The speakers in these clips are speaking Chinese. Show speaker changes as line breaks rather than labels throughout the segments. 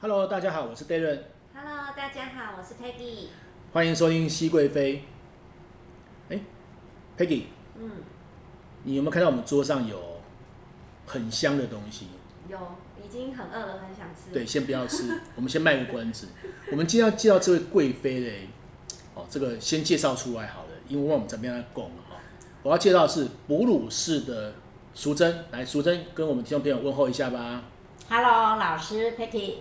Hello，大家好，我是 Darren，
Hello，大家好，我是 Peggy。
欢迎收听《熹贵妃》。哎，Peggy，
嗯，
你有没有看到我们桌上有很香的东西？
有，已经很饿了，很想吃。
对，，先不要吃， 我们先卖个关子。我们今天要介绍这位贵妃嘞，哦，这个先介绍出来好了，因为我们怎么样来供嘛哈。我要介绍的是哺乳室的淑珍，来，淑珍跟我们听众朋友问候一下吧。
Hello，老师 Patty，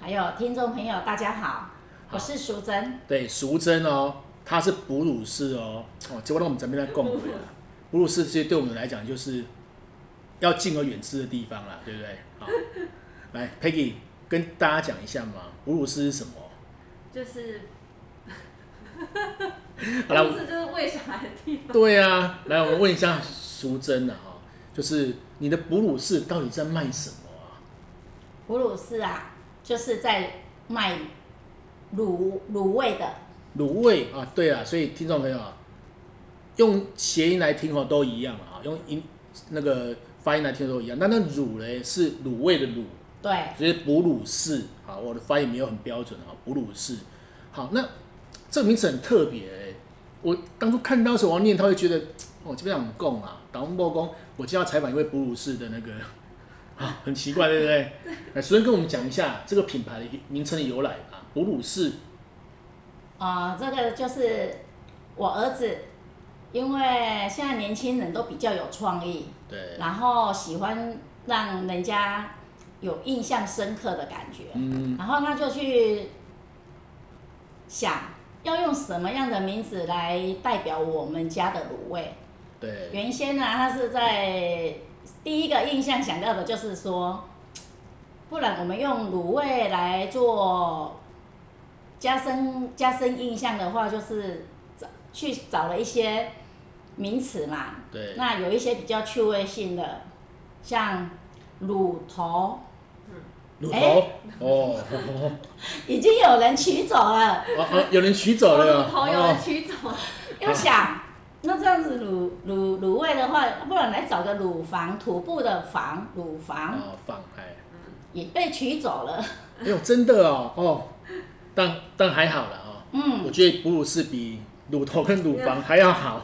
还有听众朋友，大家好，我是淑珍。
对，淑珍哦，她是哺乳室哦，哦，结果让我们这边在共轨了。哺乳室其实对我们来讲就是要敬而远之的地方啦，对不对？好，来，Peggy 跟大家讲一下嘛，哺乳室是什么？
就是，
好了，
不是就是喂小孩的地方。
对啊，来，我们问一下淑珍啊，哈，就是你的哺乳室到底在卖什么啊？
哺乳室啊，就是在卖卤卤味的，
卤味啊，对啊，所以听众朋友啊，用谐音来听哦都一样啊，用音那个发音来听哦都一样。那那乳嘞是卤味的卤，
对，
所以哺乳室啊，我的发音没有很标准啊，哺乳室。好，那这个名字很特别、欸，我当初看到的时候，我要念他会觉得，哦，这边很供啊，打工报工。我今天要采访一位哺乳室的那个，啊，很奇怪，对不对？来，首先跟我们讲一下这个品牌的名称的由来吧。哺乳室，
呃，这个就是我儿子，因为现在年轻人都比较有创意，
对，
然后喜欢让人家有印象深刻的感觉，
嗯，
然后他就去想要用什么样的名字来代表我们家的卤味。
对，
原先呢、他是在第一个印象想到的就是说，不然我们用卤味来做加深加深印象的话，就是找去找了一些名词嘛。
对，
那有一些比较趣味性的，像乳头，
乳
哎
头，哦， 哦
已经有人取走了。
哦哦，有人取走了，
头有人
哦
取走。
又想，那这样子卤卤卤味的话，不然来找个乳房徒步的房乳房
哦，放哎。
也被取走了。
哎呦，真的哦，哦，但但还好了哦。
嗯，
我觉得哺乳室比乳头跟乳房还要好。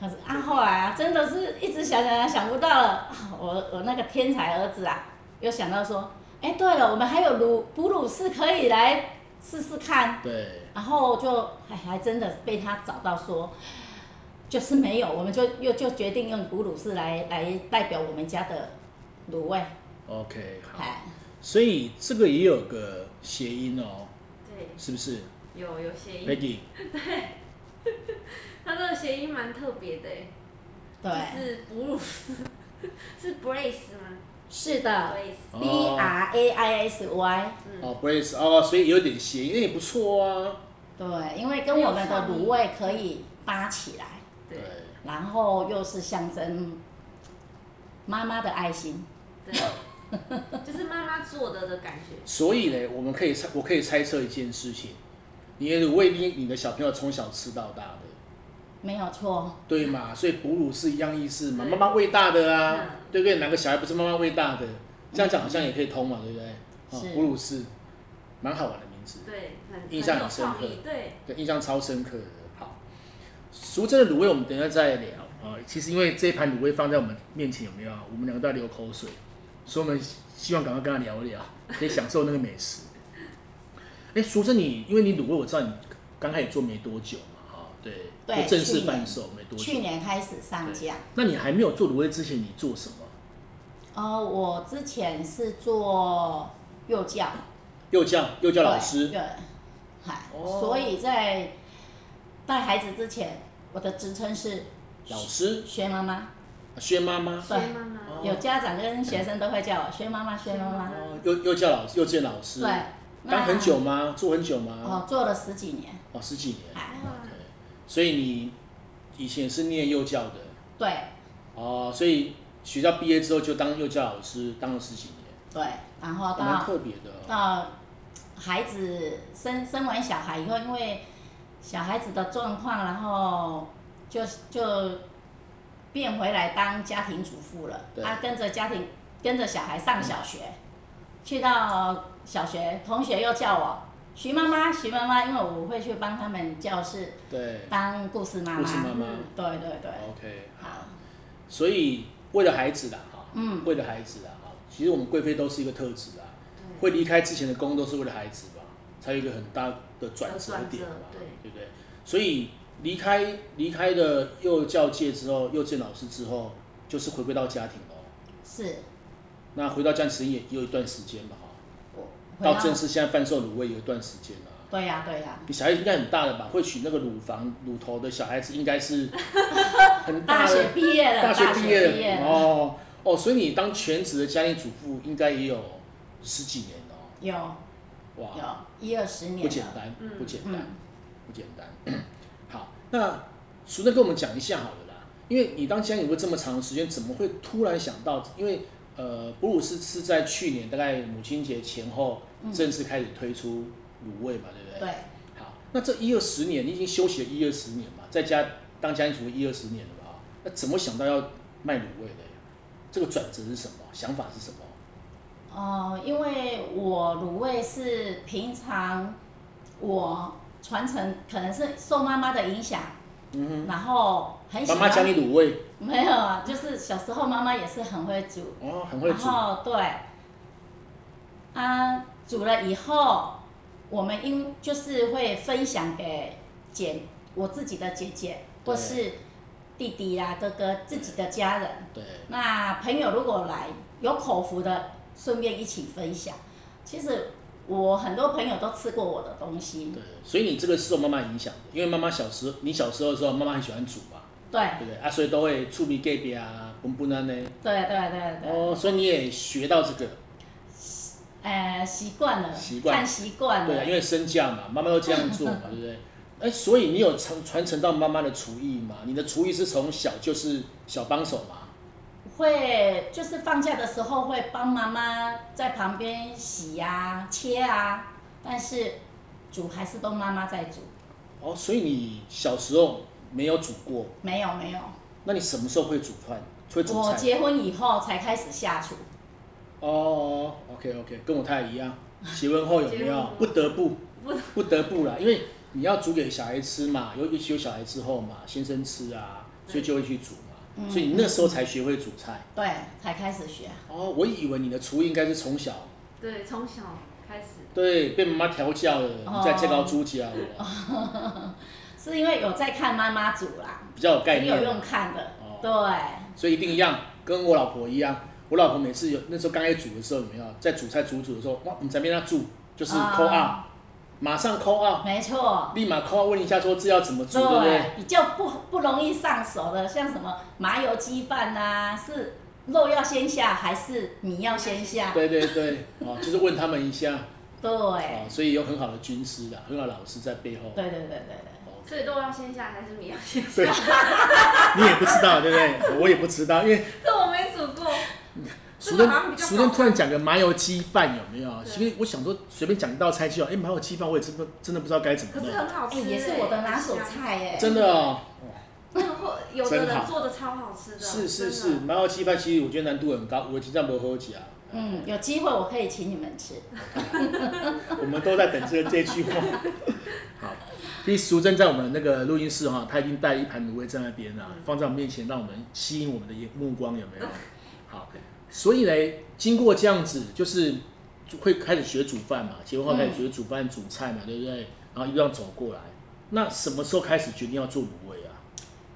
可是啊，后来啊，真的是一直想想想想不到了。啊我我那个天才儿子啊，又想到说，哎、对了，我们还有乳哺乳室可以来试试看。
对，
然后就还还真的被他找到说。就是没有，我们就又就决定用哺乳室来来代表我们家的卤味，
OK，好。
哎，
所以这个也有个谐音哦，
对，
是不是
有有谐音，
，Peggy？
它这个谐音蛮特别的，欸
对，
就是哺乳室， 是 brace 吗
是
啊
的，
？brace，
B
哦
R A I S Y，
嗯，
哦，brace 哦，所以有点谐音，那也不错啊。
对，因为跟我们的卤味可以搭起来，
对
对，
然后又是象征妈妈的爱心。
对，就是妈妈做的的感觉。
所以呢，我们可以猜，我可以猜测一件事情，你的喂你你的小朋友从小吃到大的，
没有错，
对嘛？所以哺乳是一样意思嘛，
对
妈妈喂大的啊
嗯，
对不对？哪个小孩不是妈妈喂大的？这样讲好像也可以通嘛，对不对？
是
哦、哺乳是蛮好玩的名字，
对，很
印象
很有
很深刻
创意。对，
对，印象超深刻的。好，淑珍的卤味我们等一下再聊啊、其实因为这一盘卤味放在我们面前有没有啊？我们两个都在流口水，所以我们希望赶快跟他聊一聊，可以享受那个美食。哎，淑珍，你因为你卤味我知道你刚开始做没多久嘛，哈、对，
对
就正式
去年
贩售没多久。
去年开始上架。
那你还没有做卤味之前，你做什么？
哦，我之前是做幼教，
幼教幼教老师
对，对嗨，
哦
所以在带孩子之前，我的职称是
老师
薛妈妈，
薛妈妈
薛妈妈
哦
有家长跟学生都会叫我薛妈妈，薛妈妈。
哦，幼幼教老师幼稚园老师
对，那
当很久吗？做很久吗？
哦，做了十几年，
哦，十几年。
哎，
哇
OK，所以你以前是念幼教的
对
哦，所以学校毕业之后就当幼教老师，当了十几年，
对，然后
蛮
到
特别的哦。
到孩子生生完小孩以后，因为小孩子的状况，然后就就变回来当家庭主妇了，
对
啊，跟着家庭跟着小孩上小学，去到小学，同学又叫我徐妈妈，徐妈妈，因为我会去帮他们教室
对，
当故事妈
故事妈
妈。
妈
嗯
对对对，
，OK，
好，
所以为了孩子啦，哈，
嗯，
为了孩子啦，哈，其实我们贵妃都是一个特质啦，啊
对
会离开之前的宫都是为了孩子吧，才有一个很大的转折点嘛
转折，
对不对？所以离开离开了幼教界之后，幼稚园老师之后，就是回归到家庭喽。
是
那回到家庭时间也也有一段时间嘛，哈，
我回
到正式现在贩售卤味有一段时间啦。
对呀、对呀、
你小孩应该很大了吧？会取那个乳房乳头的小孩子应该是 很
大
大的
学毕业了，
大学毕
毕
业
业
了
了，
哦哦，所以你当全职的家庭主妇应该也有十几年了哦，
有
哇，
有一二十年
不简
了，
单，
嗯
不简单，
嗯，
不简单。 好，那淑珍跟我们讲一下好了啦，因为你当家庭主妇这么长的时间，怎么会突然想到？因为呃，布鲁斯是在去年大概母亲节前后
嗯
正式开始推出卤味嘛，对不对？
对。
好，那这一二十年，你已经休息了一二十年嘛，在家当家庭主妇一二十年了吧？那怎么想到要卖卤味的呀？这个转折是什么？想法是什么？
哦，因为我卤味是平常我传承，可能是受妈妈的影响，
嗯
然后很
哼，
喜
妈
欢。
妈教你卤味
没有啊，就是小时候妈妈也是很会煮，
哦，很会
然
煮，
后对，啊，煮了以后，我们因就是会分享给姐我自己的姐姐
对
或是弟弟呀、哥哥自己的家人。
对，
那朋友如果来有口福的，顺便一起分享。其实我很多朋友都吃过我的东西，
对，所以你这个是受妈妈影响的，因为妈妈小时候，你小时候的时候，妈妈很喜欢煮嘛，
对
对不对啊？所以都会触鼻 gay 啊，蹦蹦啊呢，
对对对对，
哦，所以你也学到这个，
呃，习惯了，
习惯
看习惯
对啊，因
了，
为身价嘛，妈妈都这样做嘛，对不对？ 哎，所以你有传传承到妈妈的厨艺吗？你的厨艺是从小就是小帮手嘛？
会就是放假的时候会帮妈妈在旁边洗呀、切啊，但是煮还是都妈妈在煮，
哦，所以你小时候没有煮过，
没有没有，
那你什么时候会煮饭？会煮
我
菜？
结婚以后才开始下厨，
哦，OK OK，跟我太太一样，结婚后有没
结婚
有
后
不得不
不
不得不啦？因为你要煮给小孩吃嘛，尤其有小孩之后嘛，先生吃啊，所以就会去煮嘛，
嗯
所以你那时候才学会煮菜。
对，才开始学。
哦，我以为你的厨艺应该是从小
对，从小开始，
对，被妈妈调教了，
哦
你在教到猪教了，
是因为有在看妈妈煮啦，
比较有概
很有
念
用
了，
看的，
哦
对，
所以一定一样，跟我老婆一样。我老婆每次有那时候刚开始煮的时候，有没有在煮菜煮煮的时候，哇，我们在边上煮，就是
啊
call out，、马上 call out，
没错，
立马 call out 问一下说这要怎么煮，对不对？
对，比较不不容易上手的，像什么麻油鸡饭呐、是肉要先下还是米要先下？
对对对，哦，就是问他们一下，
对，
哦，所以有很好的军师的，很好的老师在背后。
对对对对对，
哦
所以都要先下还是米要先下？
对， 你也不知道，对不对？我也不知道，因为
这我没煮过，
熟
这
人
个好像比较
熟人突然讲个麻油鸡饭有没有？
对
其实我想说随便讲一道菜就好，哎、麻油鸡饭我也真的真的不知道该怎么
可
弄
是，很好
哎、
吃、欸，
也是我的拿手菜哎、
真的哦，
很香。或有的
真好
人做的超好吃的，
是是是，
啊真的
麻油鸡饭其实我觉得难度很高，我经常不喝酒啊。
嗯，有机会我可以请你们吃，
我们都在等这这句话。 好，其实淑珍在我们那个录音室哈，她已经带一盘卤味在那边了，放在我们面前，让我们吸引我们的眼目光，有没有？好，所以呢，经过这样子，就是会开始学煮饭嘛，结婚后开始学煮饭、煮菜嘛，对不对？然后一路上走过来，那什么时候开始决定要做卤味啊？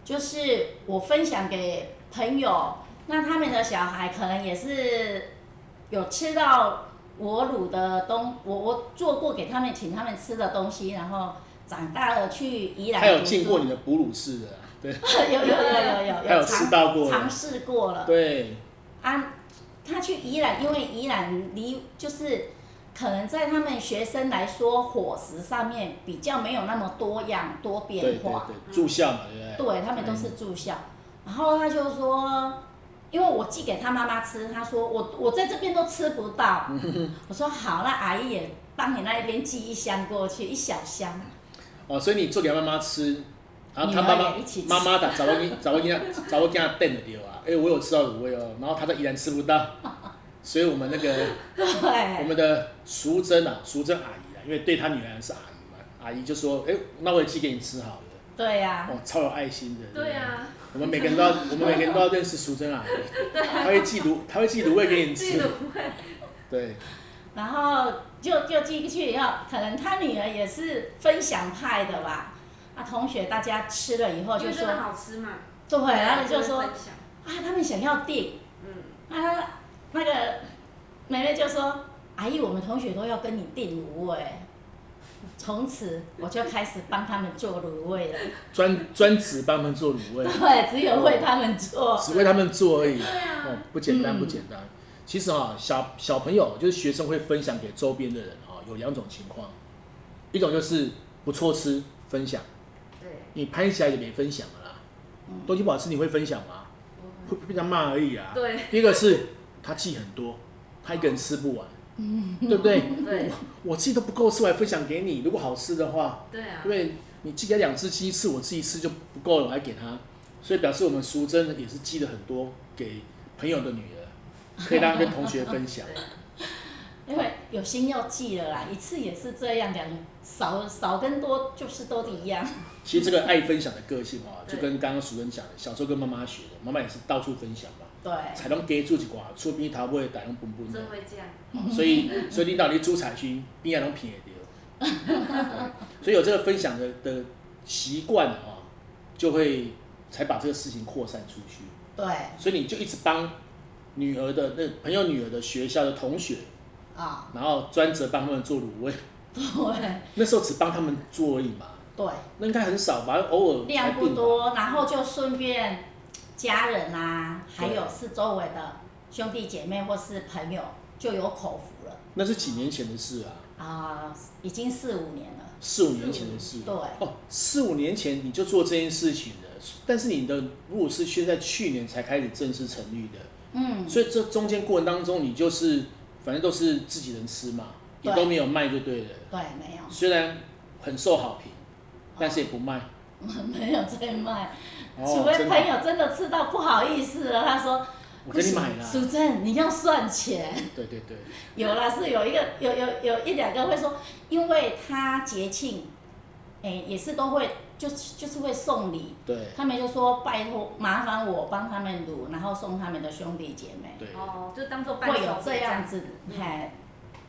就是我分享给朋友，那他们的小孩可能也是有吃到我卤的东，我我做过给他们请他们吃的东西，然后长大了去宜兰
他有
读书
进过你的哺乳室的啊，对
有有有有有
他有
尝
吃到过
尝试过了
对，
啊。他去宜兰，因为宜兰离就是可能在他们学生来说，伙食上面比较没有那么多样多
对对
变化。
对，住校嘛，对不对？
对他们都是住校。然后他就说，因为我寄给他妈妈吃，他说我我在这边都吃不 到。我说好，那阿姨也帮你那一边寄一箱过去，一小箱。
哦，所以你做给妈妈吃，然后她
女儿
妈妈
也一起吃
妈妈打找我给找我给她找我给她炖的丢啊，哎、我有吃到卤味哦，然后她在依然吃不到，所以我们那 个我
对，
们的淑珍啊，淑珍阿姨啊，因为对她女儿是阿姨嘛，阿姨就说：“哎、那我也寄给你吃好了。”
对呀、
哦，超有爱心的。
对
不
啊，
我们每个人都要，我们每个人都要认识淑珍阿姨。她会寄卤，她会寄卤味给你
这
吃
个。不会，
对，
然后就就寄去以后，可能他女儿也是分享派的吧。啊，同学大家吃了以后
因
就
为
说
真，的好吃嘛。
对，然后
对
就说
分
啊，
享
他们想要订，
嗯，
啊，那个妹妹就说：“阿姨，我们同学都要跟你订芦苇。”从此我就开始帮他们做芦苇了，
专专职帮他们做卤味，
对，只有为他们做。
只为他们做而已。
对啊
哦，不简单，
嗯
不简单。其实啊，小小朋友就是学生会分享给周边的人啊，有两种情况，一种就是不错吃分享，
对，
你拍起来也没分享了啦，
嗯
东西不好吃你会分享吗？
我
会被人家骂而已啊。
对
第一个是他寄很多，他一个人吃不完，
嗯
对不对？
对
我自己都不够吃，我还分享给你。如果好吃的话，
对啊
因，为你寄给他两只鸡翅，我自己吃就不够了，我还给他，所以表示我们淑珍也是寄了很多给朋友的女儿，可以让她跟同学分 享。
因为有心要记了啦，一次也是这样，两少少跟多就是都一样。
其实这个爱分享的个性啊，就
对
跟刚刚淑珍讲的，小时候跟妈妈学的，妈妈也是到处分享嘛，
对，
才能给住一寡，厝边头尾大拢分分的
真。会这样，
所以所以领导你煮菜去，边也拢品会到。对所以有这个分享的的习惯啊，就会才把这个事情扩散出去。
对
所以你就一直帮女儿的那朋友女儿的学校的同学，
啊、
然后专责帮他们做卤味。
对
那时候只帮他们做而已嘛，
对，
那应该很少吧，偶尔才
量不
定吧。
多，然后就顺便家人啊，还有是周围的兄弟姐妹或是朋友就有口福了
那是几年前的事啊，
啊、已经四五年了。
四五年前的事。
对
哦，四五年前你就做这件事情了，但是你的如果是现在去年才开始正式成立的，
嗯，
所以这中间过程当中，你就是反正都是自己人吃嘛，也
对
都没有卖就对了。
对，没有，
虽然很受好评，但是也不卖。
没有在卖，
哦
除，非
真
朋
的，
友真的吃到不好意思了，他说
我给你买
不
了。
行淑珍，你要算钱。
对对对，
有啦，是有一个有有有一两个会说，因为他节庆，哎、也是都会就是就是会送礼，
对
他们就说拜托麻烦我帮他们卤，然后送他们的兄弟姐妹，
对。嗯
哦，就当做伴
会
手
有
礼
这样子
子，
哎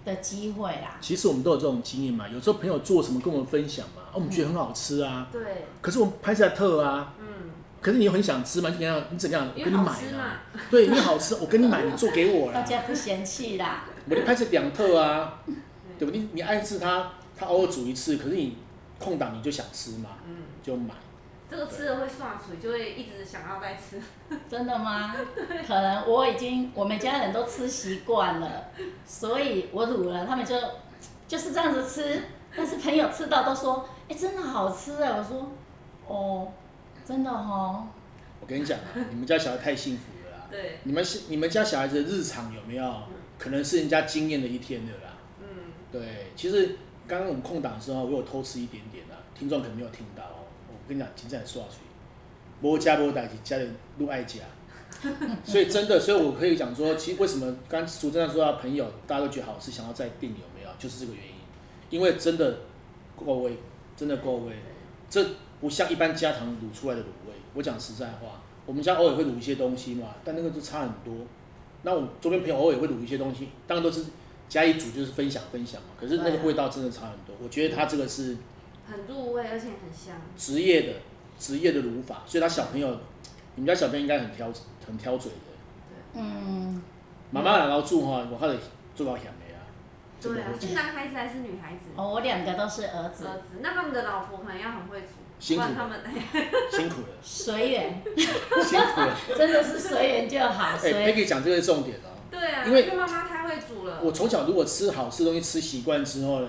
的机会啦。
其实我们都有这种经验嘛，有时候朋友做什么跟我们分享嘛，哦，我们觉得很好吃啊，
对，
可是我们拍下来特啊，
嗯，
可是你又很想吃嘛，你怎样？你怎样？我
因
跟
为
你
好
买
吃嘛
啦，，对，你好吃，我跟你 买，你做给我
大
啦，
家不嫌弃啦，
我就拍成两特啊，对不？你你爱吃它，它偶尔煮一次，可是你空档你就想吃嘛，
嗯，
就买。
这个吃了会刷嘴，就会一直想要再吃，
真的吗？可能我已经我们家人都吃习惯了，所以我卤了，他们就就是这样子吃。但是朋友吃到都说，哎、真的好吃哎！我说，哦，真的哦，
我跟你讲啊，你们家小孩太幸福了啊啦，
对，
你们你们家小孩子的日常有没有可能是人家经验的一天的啦？
嗯，
对，其实刚刚我们空档的时候，我有偷吃一点点啊，听众可能没有听到哦。我跟你讲，真正刷水，无加无代志，家人都爱加。所以真的，所以我可以讲说，其实为什么刚苏真的说到朋友，大家都觉得好吃，想要再订有没有，就是这个原因。因为真的够味，真的够味，这不像一般家常卤出来的卤味。我讲实在话，我们家偶尔会卤一些东西嘛，但那个就差很多。那我周边朋友偶尔会卤一些东西，当然都是加一组就是分享分享嘛。可是那
对
个
啊
味道真的差很多。我觉得他这个是
很入味，而且很香，
职业的职业的卤法，所以他小朋友，你们家小朋友应该很挑很挑嘴的。
嗯，
妈妈来老煮哈，我看得做到咸的啊。这个
对啊
会，
是男孩子还是女孩子？
哦，我两个都是儿子，
儿子，那他们的老婆可能要很会煮，
辛
不
苦
然他们哎
辛苦了，
随缘，
辛苦 了。
真的是随缘就好，
哎、
随、
p e g g y 讲这个是重点哦。
对啊，
因
因
为
为妈妈太会煮了，
我从小如果吃好吃的东西吃习惯之后呢，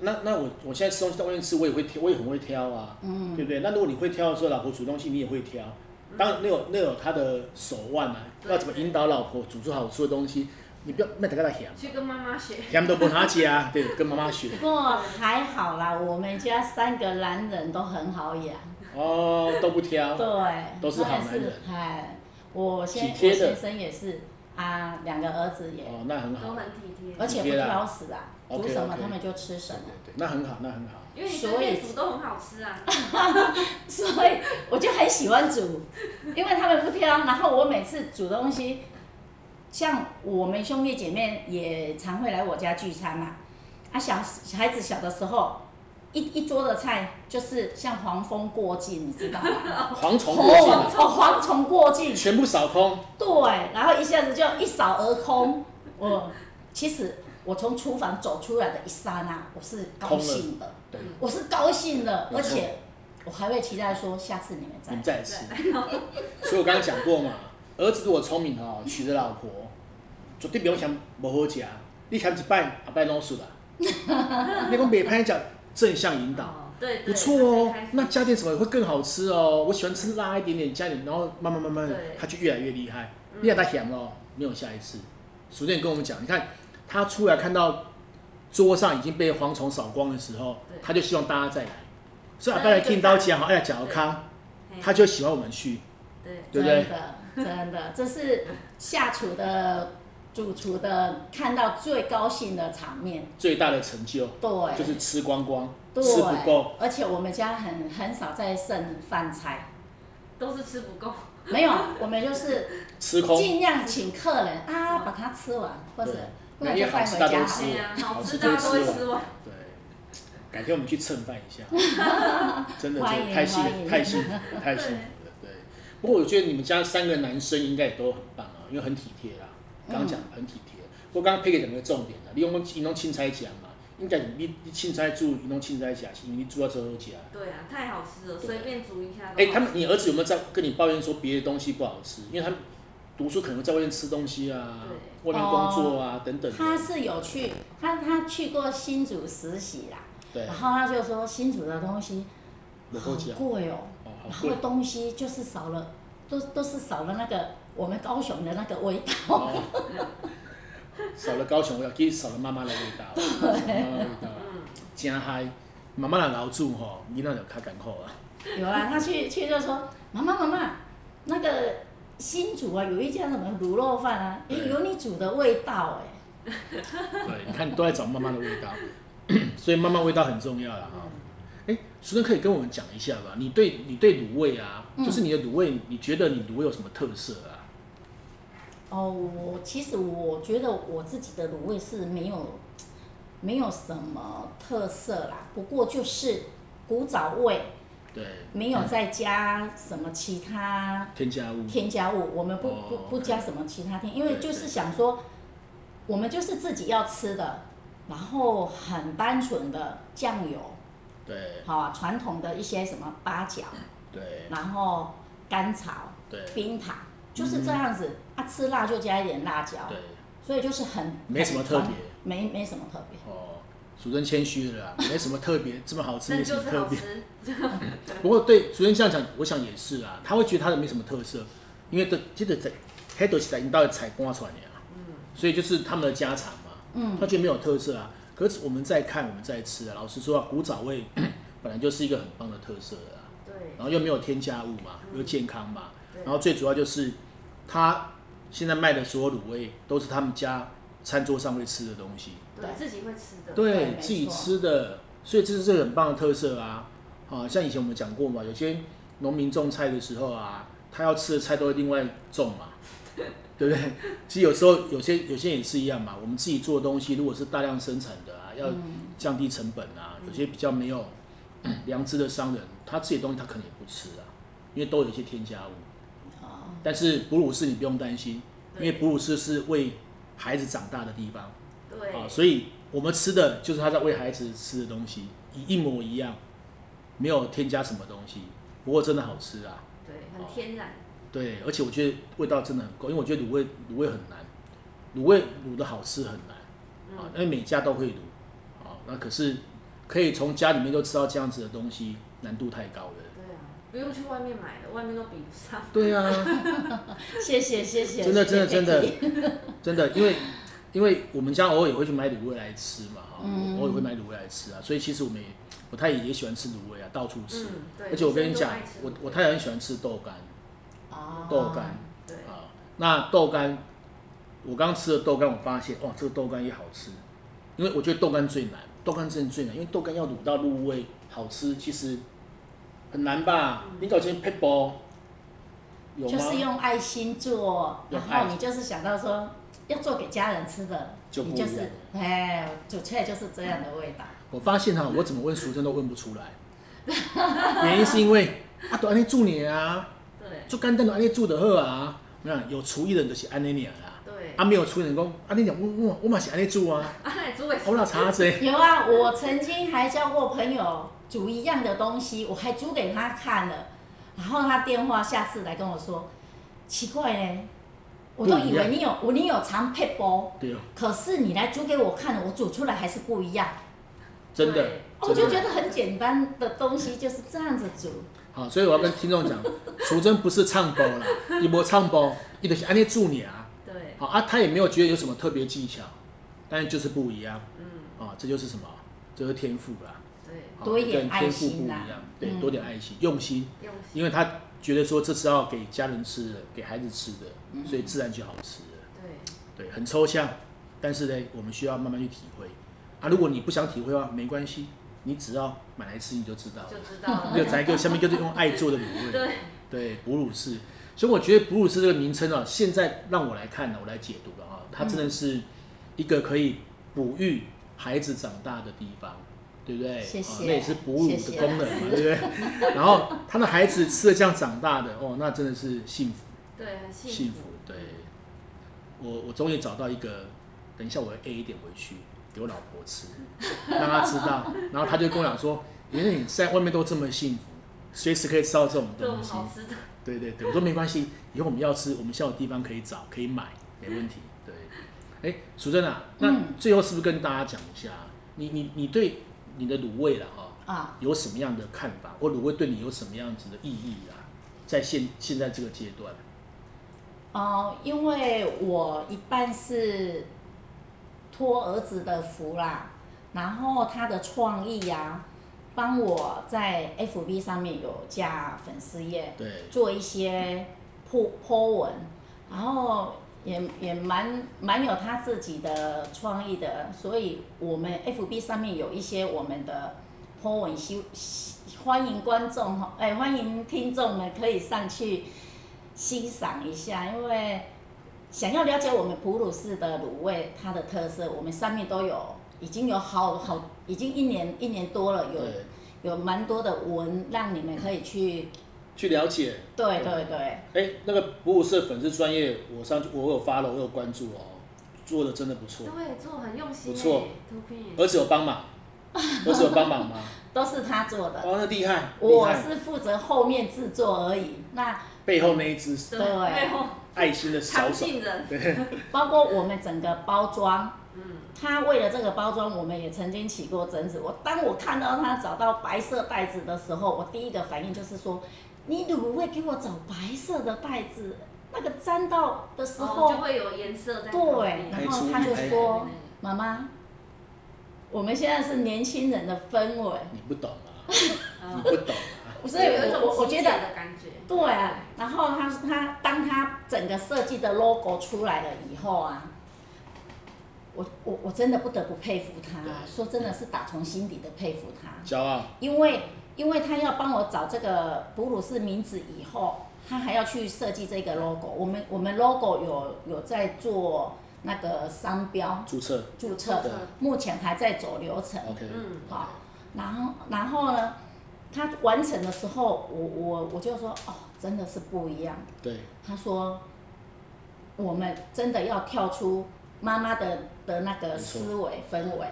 那那我我现在吃东西在外面吃，我也会挑，我也很会挑啊，对
嗯，
不对？那如果你会挑的时候，老婆煮东西你也会挑，当然那有那有她的手腕啊，
对
要怎么引导老婆煮出好吃的东西，你不要那大概来嫌，
去跟妈 妈学，
嫌都不拿啊， 对，跟妈妈学
不过还好啦，我们家三个男人都很好养。
哦，都不挑，
对，
都是好男人
那也是哎，我
体
先我
贴的
先生也是，啊，两个儿子也，
哦，那很好，
都
对
很体贴，
而且不挑食啊，
OK，
煮什么
OK
他们就吃什
对
么，
对，那很好，那很好。
因为你随便煮都很好吃啊，
所以我就很喜欢煮，因为他们不挑，然后我每次煮东西，像我们兄弟姐妹也常会来我家聚餐嘛，啊小小孩子小的时候。一一桌的菜就是像黄蜂过境，你知道 吗？
蝗虫过境啊
哦
了，，
蝗虫过境，
全部扫空，
对，然后一下子就一扫而空。我其实我从厨房走出来的一刹那，我是高兴的，
对，
我是高兴的，
没
而
错
且我还会期待说下次你们再
你。再吃。 所以我刚刚讲过嘛，儿子如果聪明哦，娶了老婆，绝对不用嫌无好食，你嫌一摆，下摆拢输 啦。你讲别歹讲，正向引导，
哦对，
不
对
错哦
开。始
那加点什么会更好吃哦？我喜欢吃辣一点点，加点，然后慢慢慢慢
对，嗯
他就越来越厉害。你让他嫌哦，没有下一次。熟练跟我们讲，你看他出来看到桌上已经被蝗虫扫光的时候
对，
他就希望大家再来。所以阿伯
对
来听刀
对
讲，哎呀，讲康，他就喜欢我们去，
对
对
真
不对？
的，真的，这是下厨的、主厨的看到最高兴的场面。
最大的成就
对，
就是吃光光，
对，
吃不够，
而且我们家很很少在剩饭菜，
都是吃不够，
没 有，我们就是
吃空。
尽量请客人啊把它吃完，或者
对
不然
那也
就
好
带
吃
回
大家都
家好
吃
了
对哎呀，
好
好吃大
吃
家
就
都
会
会
吃
吃完，
对，改天我们去蹭饭 一下，真的，
欢
真的
迎
太幸
欢
福，
迎
太幸福了，太幸福了。对，不过我觉得你们家三个男生应该也都很棒啊，因为很体贴啦。刚刚讲很体贴，我刚刚配给讲个重点啊啦，你用你用青菜讲嘛，应该你你青菜煮，你用青菜讲，你煮到最后讲。
对啊，太好吃了，随便煮一下都
哎、
好
他们，你儿子有没有在跟你抱怨说别的东西不好吃？因为他们读书可能在外面吃东西啊，
对
外面工作啊、等等的。
哦他是有去，他他去过新竹实习啦，
对哦
然，后他就说新竹的东西
我
好
后讲，
贵哦，
哦，
然
好
后
贵，
东西就是少了，都都是少了那个我们高雄的那个味道。
哦， 少了高雄味道，其实少了妈妈的味道，少了妈妈的味道，真嗨。妈妈若留住吼，囡仔就较艰苦啊。
有啊，他去去就说妈妈妈妈，那个新竹啊有一家什么卤肉饭啊，诶
对
有你煮的味道哎、
对，你看都在找妈妈的味道， 所以妈妈味道很重要了哈。哎、淑珍可以跟我们讲一下吧？你对你对卤味啊，
嗯
就是你的卤味，你觉得你卤味有什么特色啊？
哦，我其实我觉得我自己的卤味是没有没有什么特色啦，不过就是古早味，
对，
没有再加什么其他
添加物。
添加物，我们不不
哦
不加什么其他添，因为
对
就是想说，我们就是自己要吃的，然后很单纯的酱油，
对
好、啊，传统的一些什么八角，
对
然后甘草、
对
冰糖，就是这样子。啊，吃辣就加一点辣椒，
嗯对，
所以就是很
没什么特别，
没没什么特别。
哦，主任谦虚了啦，没什么特别，这么好吃
那
没
就
什么
是
特
好
别。
吃，
不过对主任这样讲，我想也是啊，他会觉得他的没什么特色，因为这这个在黑豆起来，你到底采瓜出来的呀，所以就是他们的家常嘛，嗯，他觉得没有特色啊。可是我们在看，我们在吃啊，老实说啊，古早味 本来就是一个很棒的特色的啊。
对
然后又没有添加物嘛，又健康嘛，
对
然后最主要就是他现在卖的所有卤味都是他们家餐桌上会吃的东西，
对，自己会吃的，
对
对没错
自己吃的，所以这是很棒的特色啊。啊，像以前我们讲过嘛，有些农民种菜的时候啊，他要吃的菜都会另外种 嘛，对不对？其实有时候有些有些也是一样嘛，我们自己做的东西，如果是大量生产的啊，要
嗯
降低成本啊，有些比较没有嗯良知的商人，他自己的东西他可能也不吃啊，因为都有一些添加物。
哦，
但是哺乳室你不用担心，因
对
为哺乳室是为孩子长大的地方。
对
啊，所以我们吃的就是他在喂孩子吃的东西，一一模一样，没有添加什么东西。不过真的好吃啊，
对，很天然，
对，而且我觉得味道真的很够，因为我觉得卤味卤味很难，卤味卤的好吃很
嗯
难啊，因为每家都会卤啊，那可是可以从家里面就吃到这样子的东西，难度太高了。
对啊，不用去外面买的，外面都比不上，
对啊，
谢谢谢谢，
真的
谢谢
真的
Patty
真的，因为因为我们家偶尔也会去买卤味来吃嘛，哈、
嗯
偶尔会买卤味来吃啊，所以其实我们也我太也也喜欢吃卤味啊，到处吃。
嗯，对，
而且我跟你讲
女生都爱吃，
我我太太很喜欢吃豆干，
哦
豆干
对
啊、那豆干我刚刚吃的豆干，我发现哇，这个豆干也好吃，因为我觉得豆干最难，豆干真的最难，因为豆干要卤到入味好吃，其实很难吧？
嗯
你搞些 p e p e 有
就是
吗？
用爱心做，
有
然
爱
后你就是想到说要做给家人吃的，
就不
你
一样
就是哎，煮出来就是这样的味道。
我发现哈、我怎么问淑珍都问不出来，原因是因为啊，都安尼住你啊，
对
做干蛋都安尼住的好啊，我想有厨艺的人就是安尼尔啦，
对，
啊没有厨艺的人讲安尼讲，我我我嘛是安尼住啊，
啊，那你猪尾
我哪查这？
有啊，我曾经还教过朋友煮一样的东西，我还煮给他看了，然后他电话下次来跟我说，奇怪呢，我都以为你有我你有常配包，
对哦，
可是你来煮给我看了，我煮出来还是不一样。哦
真的
对，
我就
真的
觉得很简单的东西就是这样子煮，
好，所以我要跟听众讲，淑珍不是唱包啦，你没唱包，你就是安尼住你啊。
对，
好啊，他也没有觉得有什么特别技巧，但是就是不一样
嗯，
啊，这就是什么？这就是天赋啦，
对，
啊
多一点
每个人天赋不一
爱心
样
啦，
对，
嗯
多点爱心、用心，
用心，
因为他觉得说这是要给家人吃的，给孩子吃
嗯
的，所以自然就好吃了。
对，
对，很抽象，但是呢，我们需要慢慢去体会啊。如果你不想体会的话，没关系，你只要买来吃你就知道了
就。知道了，
就咱就下面就是用爱做的卤味，
对，
对，哺乳式。所以我觉得哺乳式这个名称啊，现在让我来看呢，我来解读了啊，它真的是一个可以哺育孩子长大的地方，对不对？
谢谢
啊那也是哺乳
谢
的
谢
功能嘛，对不对？ 然后他的孩子吃了这样长大的，哦，那真的是幸福，
对，很
幸
幸
福
福，。
对，我我终于找到一个，等一下我 A 一点回去给我老婆吃，让她知道。然后她就跟我讲说，原来你在外面都这么幸福，随时可以吃到这种
这种
东西。
好吃的，
对对对，我说没关系，以后我们要吃，我们现在有地方可以找，可以买，没问题。对，哎，淑珍啊，那
嗯
最后是不是跟大家讲一下，你你你对你的卤味了哈、
啊，
有什么样的看法，或卤味对你有什么样子的意义啊？在现现在这个阶段，
哦，因为我一半是托儿子的福啦，然后他的创意呀、帮我在 FB 上面有加粉丝页，
对，
做一些铺 po 文，然后也也蛮蛮有他自己的创意的，所以我们 FB 上面有一些我们的 po 文希希欢迎观众哈，哎，欢迎听众们可以上去欣赏一下，因为想要了解我们普鲁士的卤味它的特色，我们上面都有，已经有好好已经一年一年多了，有
对，
有蛮多的文让你们可以去。
去了解。
对对对，
哎，那个哺乳社粉丝专业，我上去我有发了，我有关注哦，做的真的不错，
对，做很用心，欸
不错，呃
图片也
儿子有帮 忙，儿子有帮忙吗？
都是他做的。
哦，那厉害，厉
我
害，
是负责后面制作而已。那
背后那一只
对，
对
背后
爱心的小
常
手，
进人，
包括我们整个包装，
嗯，
他为了这个包装，我们也曾经起过争执。我当我看到他找到白色袋子的时候，我第一个反应就是说，你怎么会给我找白色的袋子？那个沾到的时候，
哦就会有颜色在旁
对，
哎
边，
然后他就
哎
说，妈妈，我们现在是年轻人的氛围。
你不懂啊，你
嗯
不懂啊，
所以
有一
我
种
我我
亲
觉
切
得
的感觉，
对，然后他他当他整个设计的 logo 出来了以后啊，我我我真的不得不佩服他
对，
说真的是打从心底的佩服他，
骄傲，
因为因为他要帮我找这个哺乳士名字以后，他还要去设计这个 logo，我们我们 logo 有有在做那个商标
注册
注册
对，
目前还在走流程。
，OK，
嗯
好，然后然后呢，他完成的时候，我我我就说哦，真的是不一样。
对，
他说，我们真的要跳出妈妈的的那个思维氛围，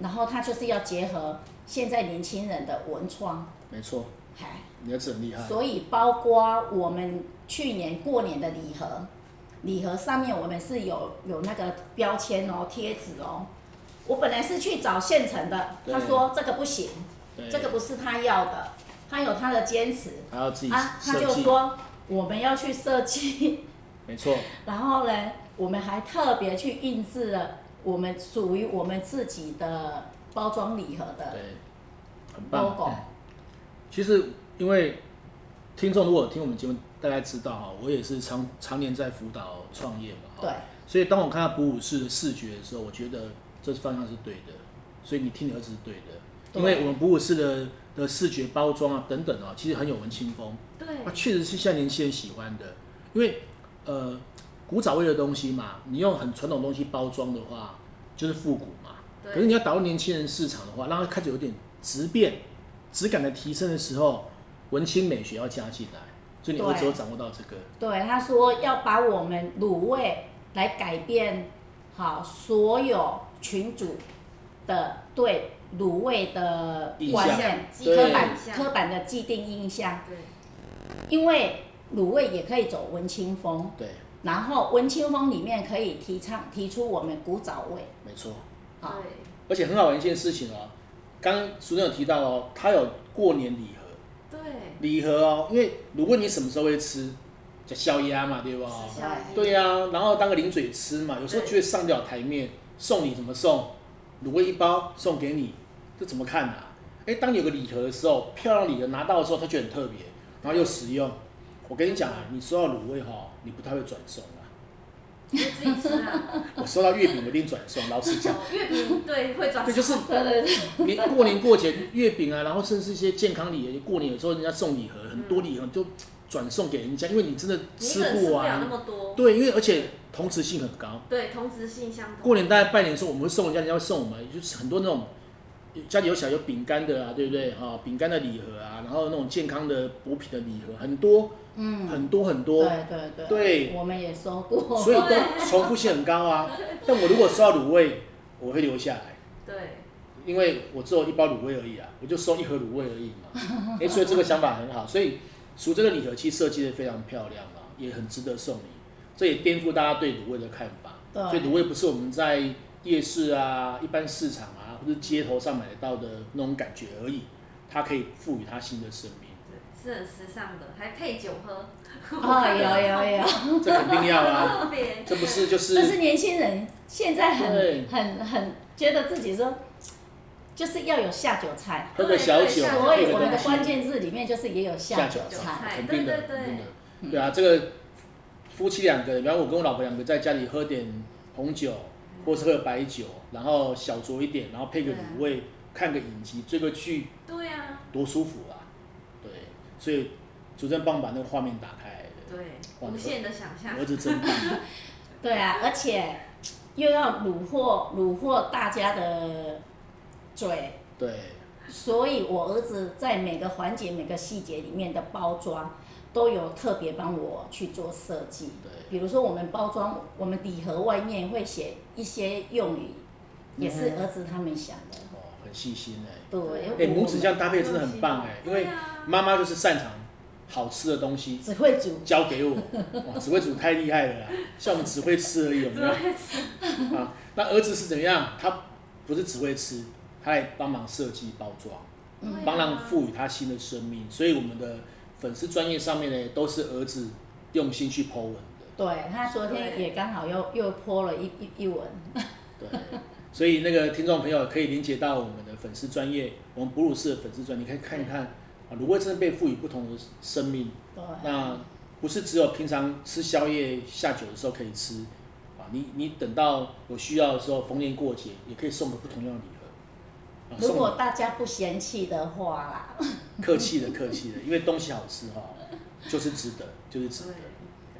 然后他就是要结合现在年轻人的文创，
没错，
哎，
你儿子很厉害，
所以包括我们去年过年的礼盒，礼盒上面我们是有有那个标签哦、贴纸哦。我本来是去找现成的，
对
他说这个不行，
对
这个不是他要的，他有他的坚持
还要自己
啊。他
设
就
计，
说我们要去设计，
没错，
然后呢，我们还特别去印制了我们属于我们自己的包装礼盒的
对，很棒哎
logo。
其实因为听众如果有听我们节目大家知道哈，我也是常常年在辅导创业嘛，哈
对，
所以当我看到哺乳室的视觉的时候，我觉得这方向是对的，所以你听的是对的，
对
因为我们哺乳室的的视觉包装啊等等啊，其实很有文青风，
对，
那确实是现在年轻人喜欢的，因为呃古早味的东西嘛，你用很传统的东西包装的话，就是复古嘛。
对
可是你要打入年轻人市场的话，让它开始有点质变、质感的提升的时候，文青美学要加进来，所以你儿子
对
有掌握到这个。
对，他说要把我们卤味来改变好所有群主的对卤味的
印
观
象
念、
对
刻板
印象
刻板的既定印象，
对，
因为卤味也可以走文青风，
对，
然后文青风里面可以提倡提出我们古早味
没错。
啊，
对，
而且很好玩一件事情哦，刚刚淑珍有提到哦，它有过年礼盒，
对，
礼盒哦，因为如果你什么时候会吃，叫宵夜嘛，对吧？
吃宵夜
对呀、啊然后当个零嘴吃嘛，有时候就会上不了台面，送你怎么送？卤味一包送给你，这怎么看啊？哎，当你有个礼盒的时候，漂亮礼盒拿到的时候，它就很特别，然后又实用。我跟你讲啊，你收到卤味哈、你不太会转送啊。
就自己吃 啊。
我收到月饼，我一定转送。老实讲，
哦月饼对会转，
对，就是
对对对，
你过年过节月饼啊，然后甚至一些健康礼盒，过年有时候人家送礼盒，很多礼盒就转送给人家，因为你真的
你一
吃啊
个人吃
不
不了那
完。
么多。
对，因为而且同质性很高。
对，同质性相同。
过年大家拜年的时候，我们会送人家，人家会送我们，就是很多那种家里有小孩有饼干的啊，对不对？啊，饼干的礼盒啊，然后那种健康的补品的礼盒，很多
嗯，
很多很多，
对对对，
对
我们也收 过，
所以都重复性很高啊。但我如果收到卤味，我会留下来，
对，
因为我只有一包卤味而已啊，我就收一盒卤味而已嘛。哎、所以这个想法很好，所以赎这个礼盒其实设计的非常漂亮啊，也很值得送礼，这也颠覆大家对卤味的看法。所以
对
卤味不是我们在夜市啊、一般市场啊，或者街头上买得到的那种感觉而已，它可以赋予它新的生 命，
对是很时尚的，还配酒喝。
哦，有有有。
这肯定要
很
啊！
特别。
这不是就
这
是
是年轻人现在
对
很很很觉得自己说，就是要有下酒菜，
喝个小酒，
对对
喝
所以
个
我们
东
的
西
关键字里面就是也有
下
下
酒
酒
菜
菜。，
肯定的，
对对对
肯定的，对啊，这个夫妻两个人，比方我跟我老婆两个在家里喝点红酒，
嗯
或是喝白酒，然后小酌一点，然后配个卤味，看个影集，追个剧，
对啊，
多舒服啊！对，所以主持人帮我把那个画面打开。
对，
哇
无限的想象
我儿。子真棒，
对啊，而且又要虏获虏获大家的嘴，
对，
所以我儿子在每个环节、每个细节里面的包装都有特别帮我去做设计。
对
比如说我们包装，我们礼盒外面会写一些用语，也是
嗯哼
儿子他们想的。
哦，很细心哎、
对，
哎、母
我
子
们
这样搭配真的很棒哎、因
对
为
啊，
妈妈就是擅长好吃的东西
只会煮，
交给我，哇，只会煮太厉害了啦，像我们只会吃而已，有没有？
对是
啊，那儿子是怎么样？他不是只会吃，他还帮忙设计包装，
对啊
帮忙赋予他新的生命。所以我们的粉丝专业上面呢，都是儿子用心去 Po 文的。
对他昨天也刚好又又泼了一一一文，
对， 所以那个听众朋友可以连接到我们的粉丝专业，我们哺乳室的粉丝专业，你可以看一看啊，芦荟真的被赋予不同的生命，
对，
那不是只有平常吃宵夜下酒的时候可以吃啊，你你等到有需要的时候，逢年过节也可以送个不同样的礼盒，啊，
如
送
果
个
大家不嫌弃的话啦，
客气的客气的，因为东西好吃哈、就是值得，就是值得，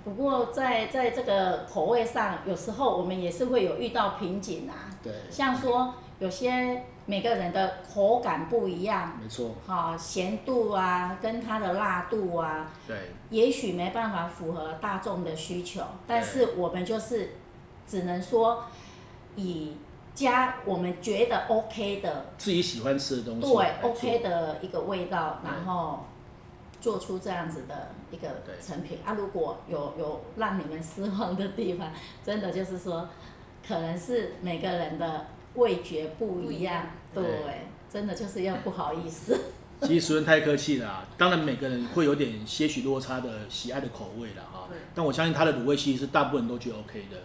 不过在在这个口味上，有时候我们也是会有遇到瓶颈啊，
对，
像说有些每个人的口感不一样，
没错，
哈、咸度啊，跟它的辣度啊，
对，
也许没办法符合大众的需求，但
对
是我们就是只能说以加我们觉得 OK 的。
自己喜欢吃的东西
对
来做
，OK 的一个味道，
对
然后做出这样子的一个
对
成品啊。如果有有让你们失望的地方，真的就是说，可能是每个人的味觉不一样，
不一
对
样，
真的就是要不好意思。
其实主任太客气了、啊，当然每个人会有点些许落差的喜爱的口味了哈、
对
但我相信他的卤味其实是大部分人都觉得 OK 的。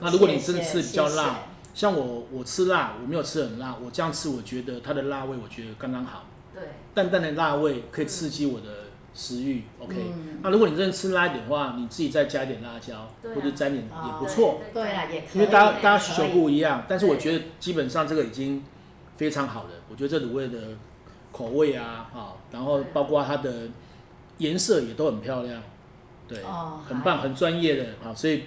那如果你真的吃的比较辣，像我我吃辣，我没有吃很辣，我这样吃我觉得它的辣味我觉得刚刚好，
对
淡淡的辣味可以刺激我的食欲，OK、
嗯
那如果你真的吃辣一点的话，你自己再加一点辣椒，
对啊
或者沾点也
哦
不错，
对啦，也可以。
因为大家大家需
可
求
以
不一样。但是我
对
觉得基本上这个已经非常好了。我觉得这卤味的口味啊，啊，然后包括它的颜色也都很漂亮，对，
哦
很棒，很专业的啊，所以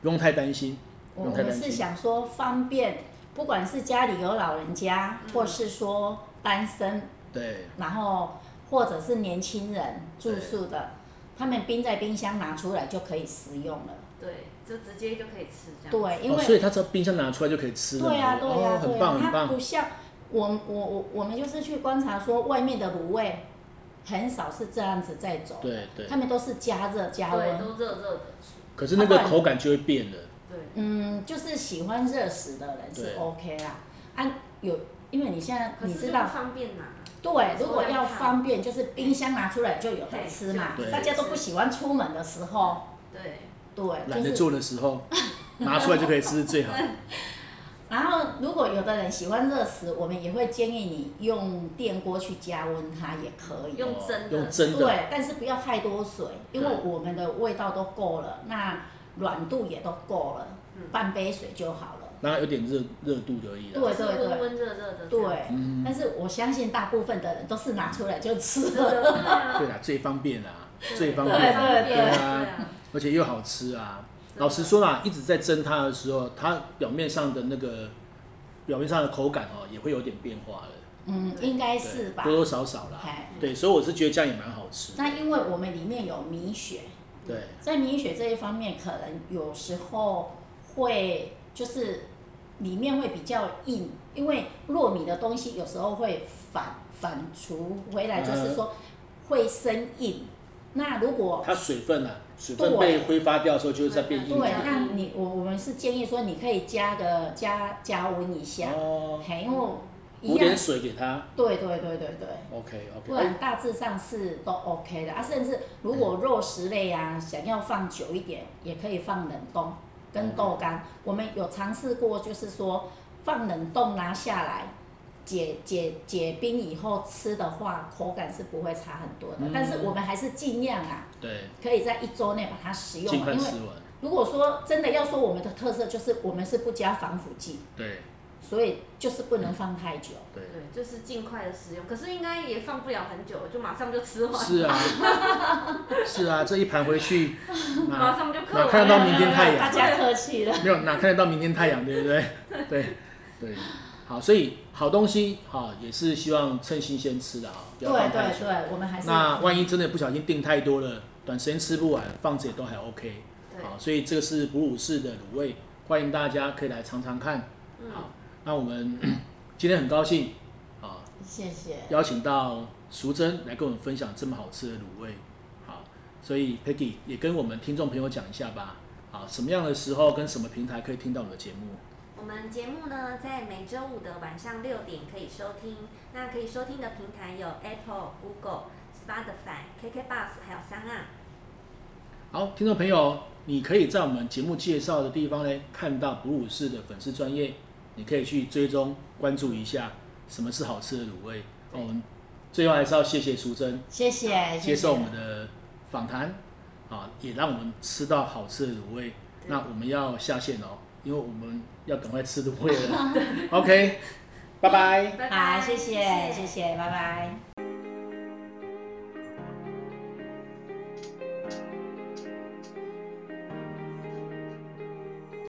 不用太担心。
我
不用
我
太
们
担
是
心。
想说方便，不管是家里有老人家，
嗯
或是说单身，
对，
然后或者是年轻人住
对
宿的，他们冰在冰箱拿出来就可以食用了。
对，就直接就可以吃这样。
对，因
哦，所
为
以它只要冰箱拿出来就可以吃了嘛，
对呀对
哦
呀，
很
对
棒
呀，
很
它
棒
不，像我我我我们就是去观察说外面的卤味，很少是这样子在走，
对对
他。们都是加热加
对，
温，
都热热的。
可是那
啊
个口感就会变了，
对，
嗯，就是喜欢热食的人
对
是 OK 啦。啊，有，因为你现在
可
你
是
知
就
道
不。方便拿。
对，如果要方便，就是冰箱拿出来就有
对
的吃嘛
对。
大家都不喜欢出门的时候，
对，
对，
懒得
就是。
做的时候 拿出来就可以吃是最好的。
然后，如果有的人喜欢热食，我们也会建议你用电锅去加温它也可以。
用蒸的
哦用蒸的，
对，但是不要太多水，因为
对
我们的味道都够了，那软度也都够了，
嗯
半杯水就好了。
然后有点热热度而已啦。
对
就是
对对
温温热热的。
对，
嗯，
但是我相信大部分的人都是拿出来就吃
对
了。
啊，
对啦，最方便啦，最方
对
便啦，
对对
啊，而且又好吃啊。老实说啦，一直在蒸它的时候，它表面上的那个表面上的口感哦，也会有点变化了，
嗯，应
对
该是吧
多？多少少啦。
哎，
对，所以我是觉得这样也蛮好吃的。
那因为我们里面有米血，
对，
在米血这一方面，可能有时候会就是里面会比较硬，因为糯米的东西有时候会反反刍回来，
嗯
就是说会生硬。那如果
它水分啊，水分
哦
被
对
挥发掉的时候，就是在变
对
硬。
嗯，
那你我我们是建议说你可以加个加加温一下，
哦，
嘿，因为一
补点
样，
水给它。
对对对对对。
OK
不
OK。
然大致上是都 OK 的啊，甚至如果肉食类啊，想要放久一点，也可以放冷冻
嗯
跟豆干。我们有尝试过，就是说放冷冻拿下来，解解解冰以后吃的话，口感是不会差很多的。
嗯
但是我们还是尽量啊，
对，
可以在一周内把它食
尽
用
快
完。啊因为
吃完。
如果说真的要说我们的特色，就是我们是不加防腐剂，
对
所以就是不能放太久。
对。
对，就是尽快的食用，可是应该也放不了很久，就马上就吃完，
是啊，是啊，这一盘回 去
马
哪
上就嗑
哪
完
看得到
了
明天太
大
阳？
家客气了。
没有哪看得到明天太阳，对不 对？对对，好，所以好东西哈也是希望趁新鲜吃的啊，不
对
要放太
对
久。
对，我们还是
那万一真的不小心订太多了，短时间吃不完，放着也都还 OK。
对，
好，所以这个是哺乳式的卤味，欢迎大家可以来尝尝看。
嗯，
好，那我们 今天很高兴啊，
谢谢。
邀请到淑珍来跟我们分享这么好吃的卤味。好，所以 Peggy 也跟我们听众朋友讲一下吧。好，什么样的时候跟什么平台可以听到我们的节目？
我们节目呢在每周五的晚上六点可以收听，那可以收听的平台有 Apple、Google、Spotify、KKBox 还有三岸。
好，听众朋友，你可以在我们节目介绍的地方呢看到哺乳室的粉丝专业，你可以去追踪关注一下什么是好吃的卤味。那我们最后还是要谢谢淑珍
谢谢，
接
谢
受我
谢。
们的访谈，啊，也让我们吃到好吃的卤味。那我们要下线哦，因为我们要赶快吃卤味了。OK，拜拜。哎
拜拜，
好，谢谢，谢谢，拜拜。